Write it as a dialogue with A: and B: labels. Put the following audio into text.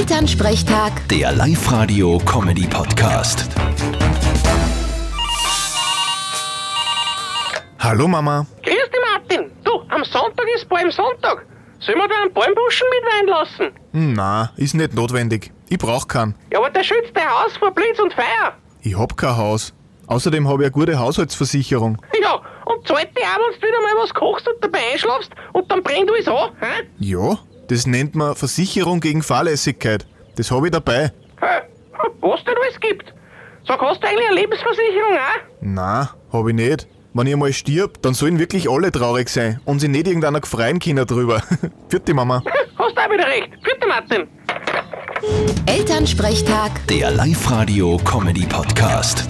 A: Elternsprechtag,
B: Der Live-Radio-Comedy-Podcast.
C: Hallo Mama.
D: Grüß dich, Martin. Du, am Sonntag ist Palmsonntag. Sollen wir da einen Palmbuschen mitweinen lassen?
C: Hm, Na, ist nicht notwendig. Ich brauch keinen.
D: Ja, aber der schützt dein Haus vor Blitz und Feuer.
C: Ich hab kein Haus. Außerdem habe ich eine gute Haushaltsversicherung.
D: Ja, und zahlt dir auch, wenn du wieder mal was kochst und dabei einschlafst und dann brennt alles an, hä?
C: Ja, das nennt man Versicherung gegen Fahrlässigkeit. Das habe ich dabei.
D: Hä? Was denn alles gibt? Sag, hast du eigentlich eine Lebensversicherung auch?
C: Na, habe ich nicht. Wenn ich mal stirb, dann sollen wirklich alle traurig sein und sich nicht irgendeiner freien Kinder drüber. Vierte Mama.
D: Hast du auch wieder recht. Vierte Martin.
A: Elternsprechtag.
B: Der Live-Radio-Comedy-Podcast.